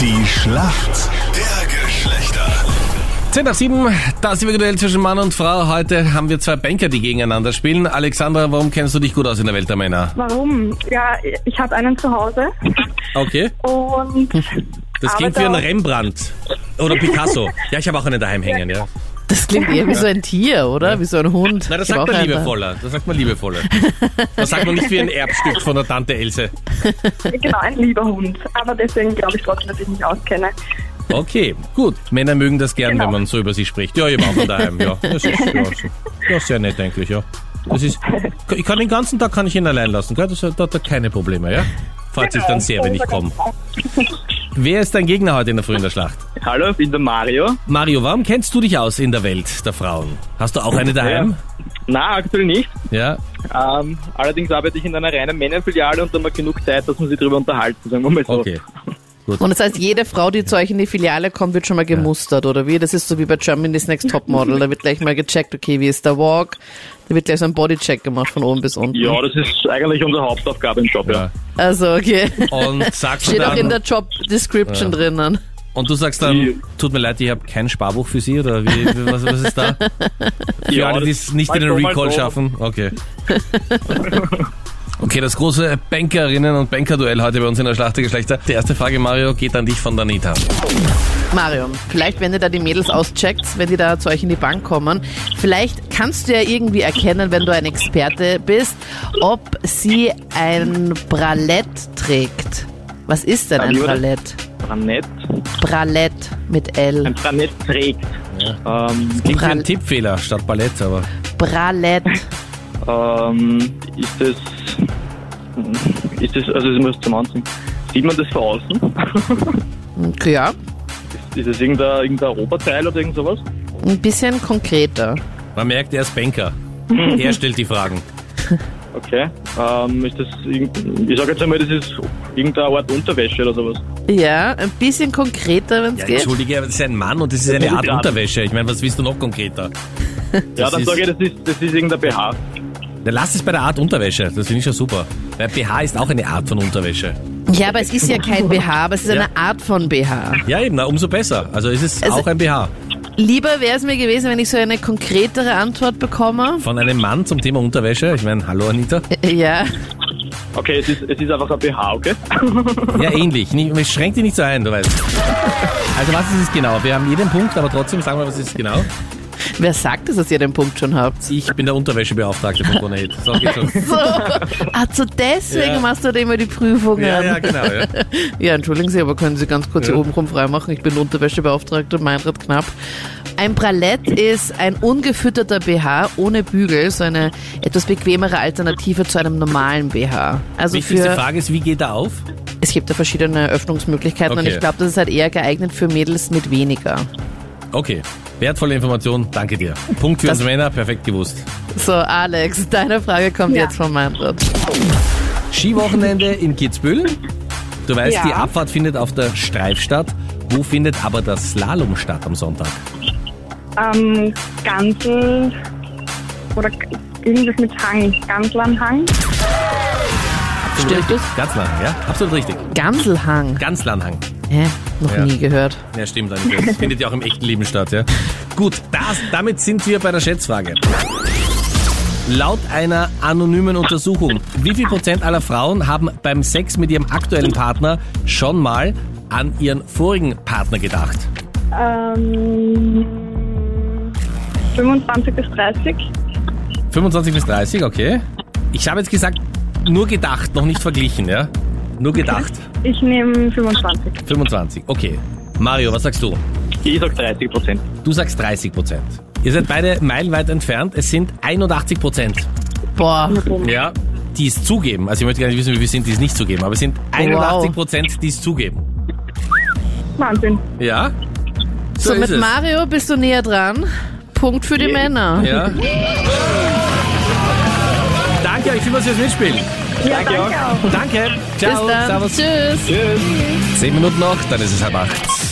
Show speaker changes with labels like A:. A: Die Schlacht der Geschlechter.
B: 10 nach 7, das ist individuell zwischen Mann und Frau. Heute haben wir zwei Banker, die gegeneinander spielen. Alexandra, warum kennst du dich gut aus in der Welt der Männer?
C: Warum? Ja, ich habe einen zu Hause
B: Okay,
C: und
B: das klingt
C: arbeite
B: wie ein
C: auch.
B: Rembrandt oder Picasso. Ja, ich habe auch einen daheim hängen, ja.
D: Das klingt eher wie so ein Tier, oder? Wie so ein Hund.
B: Na, das
D: Ich
B: sagt
D: hab auch
B: man
D: einen da.
B: liebevoller. Das sagt man liebevoller. Das sagt man nicht wie ein Erbstück von der Tante Else.
C: genau ein lieber Hund. Aber deswegen glaube ich trotzdem, dass ich mich auskenne.
B: Okay, gut. Männer mögen das gern,
D: Genau.
B: wenn man so über sie spricht. Ja, ich habe auch einen daheim, ja. Das ist, ja, so- ja, sehr nett eigentlich, ja. Das ist, ich kann den ganzen Tag kann ich ihn allein lassen, gell? Das, da hat er keine Probleme, ja? Freut
D: Genau,
B: sich dann sehr, wenn ich
D: also
B: komme. Wer ist dein Gegner heute in der frühen der Schlacht?
E: Hallo, ich bin der Mario.
B: Mario, warum kennst du dich aus in der Welt der Frauen? Hast du auch eine daheim?
E: Na, aktuell nicht.
B: Ja.
E: Ähm, allerdings arbeite ich in einer reinen Männerfiliale und da haben wir genug Zeit, dass wir sich darüber unterhalten, sagen wir mal so.
B: Okay.
D: Und das heißt, jede Frau, die zu euch in die Filiale kommt, wird schon mal gemustert, oder wie? Das ist so wie bei Germany's Next Topmodel. Da wird gleich mal gecheckt, okay, wie ist der Walk? Da wird gleich so ein Bodycheck gemacht von oben bis unten.
E: Ja, das ist eigentlich unsere Hauptaufgabe im Job, ja.
D: Also, okay.
B: Und sagst du
D: Steht auch in der
B: dann,
D: Job Description drinnen.
B: und du sagst dann, tut mir leid, ich habe kein Sparbuch für sie oder wie, was, was ist da? Für
E: Ja,
B: alle, die
E: das-
B: es nicht
E: mal
B: in den
E: so, mal
B: Recall
E: so.
B: schaffen. Okay. Okay, das große Bankerinnen- und Bankerduell heute bei uns in der Schlacht der Geschlechter. Die erste Frage, Mario, geht an dich von der Anita.
D: Mario, vielleicht, wenn ihr da die Mädels auscheckt, wenn die da zu euch in die Bank kommen, vielleicht kannst du ja irgendwie erkennen, wenn du ein Experte bist, ob sie ein Bralett trägt. Was ist denn
E: Ah,
D: ein
E: wie war das?
D: Bralett?
E: Branett.
D: Bralett mit L.
E: Ein Branett trägt. Ähm,
B: Klingt wie ein
D: Prall-
B: Tippfehler statt Ballett, aber
D: Bralett.
E: ähm, ist das. Ist das. Also, ich muss zum Anziehen. Sieht man das von außen?
D: Okay, ja,
E: ist das irgendein, irgendein Oberteil oder irgend sowas?
D: ein bisschen konkreter.
B: man merkt, er ist Banker.
E: Hm.
B: Er stellt die Fragen.
E: Okay. Ähm, ist das. irgend- Ich sag jetzt einmal, das ist irgendeine Art Unterwäsche oder sowas.
D: Ja, ein bisschen konkreter, wenn es
B: Ja,
D: geht.
B: Entschuldige, aber das ist ein Mann und das ist eine Art Unterwäsche. Ich meine, was willst du noch konkreter?
E: ja,
B: Das
E: dann
B: ist-
E: sage ich, das ist, das ist irgendein BH.
B: Na, lass es bei der Art Unterwäsche. Das finde ich schon super. Weil BH ist auch eine Art von Unterwäsche.
D: Ja, aber es ist ja kein BH, aber es ist eine Art von BH.
B: Ja, eben, na, umso besser. Also es ist
D: Also-
B: auch ein BH.
D: Lieber wäre es mir gewesen, wenn ich so eine konkretere Antwort bekomme.
B: Von einem Mann zum Thema Unterwäsche. Ich meine, hallo Anita.
D: Ja.
E: Okay, es ist, es ist einfach ein BH, okay?
B: Ja, ähnlich. Nicht, ich schränk dich nicht so ein, du weißt. Also was ist es genau? Wir haben jeden Punkt, aber trotzdem sagen wir, was ist es genau?
D: Wer sagt es, dass ihr den Punkt schon habt?
B: Ich bin der Unterwäschebeauftragte von Bonnet. So geht's schon.
D: So. Ach Ah, so, deswegen
B: Ja.
D: machst du da immer die Prüfungen.
B: Ja, ja, genau. Ja.
D: Ja, entschuldigen Sie, aber können Sie ganz kurz hier oben rum freimachen? Ich bin Unterwäschebeauftragte, Meinrad Knapp. Ein Bralett ist ein ungefütterter BH ohne Bügel, so eine etwas bequemere Alternative zu einem normalen BH. Also
B: Wichtigste
D: für,
B: Frage ist, wie geht er auf?
D: es gibt da verschiedene Öffnungsmöglichkeiten und
B: Okay.
D: ich glaube, das ist halt eher geeignet für Mädels mit weniger.
B: Okay, wertvolle Information, danke dir. Punkt für
D: Das-
B: uns Männer, perfekt gewusst.
D: So, Alex, deine Frage kommt
C: Ja.
D: jetzt von Meinrad.
B: Skiwochenende in Kitzbühel. Du weißt,
C: Ja.
B: die Abfahrt findet auf der Streif statt. Wo findet aber das Slalom statt am Sonntag?
C: Ähm, Gansel oder G- irgendwas mit Hang, Gansel am Hang.
D: Stimmt das?
B: Ganzlanhang, ja? Absolut richtig.
D: Ganselhang.
B: Ganzlanhang.
D: Hä? Noch
B: Ja.
D: nie gehört.
B: Ja, stimmt. Anita. Das findet ja auch im echten Leben statt, ja? Gut, das, damit sind wir bei der Schätzfrage. Laut einer anonymen Untersuchung, wie viel Prozent aller Frauen haben beim Sex mit ihrem aktuellen Partner schon mal an ihren vorigen Partner gedacht?
C: Ähm, 25 bis 30.
B: 25 bis 30, okay. Ich habe jetzt gesagt, nur gedacht, noch nicht verglichen, ja? Nur gedacht.
C: Ich nehme 25.
B: 25, okay. Mario, was sagst du?
E: Ich sag 30 Prozent.
B: Du sagst 30 Prozent. Ihr seid beide meilenweit entfernt. Es sind 81 Prozent.
D: Boah.
B: Ja. Die es zugeben. Also ich möchte gar nicht wissen, wie wir sind, die es nicht zugeben. Aber es sind 81 Prozent, die es zugeben.
C: Wahnsinn.
B: Ja?
D: So, mit
B: ist es.
D: Mario bist du näher dran. Punkt für die Männer.
B: Ja. Danke euch vielmals fürs Mitspielen.
C: Ja, danke auch.
B: Danke. Ciao.
D: Bis dann.
B: Servus.
D: Tschüss.
B: Zehn Minuten noch, dann ist es halb acht.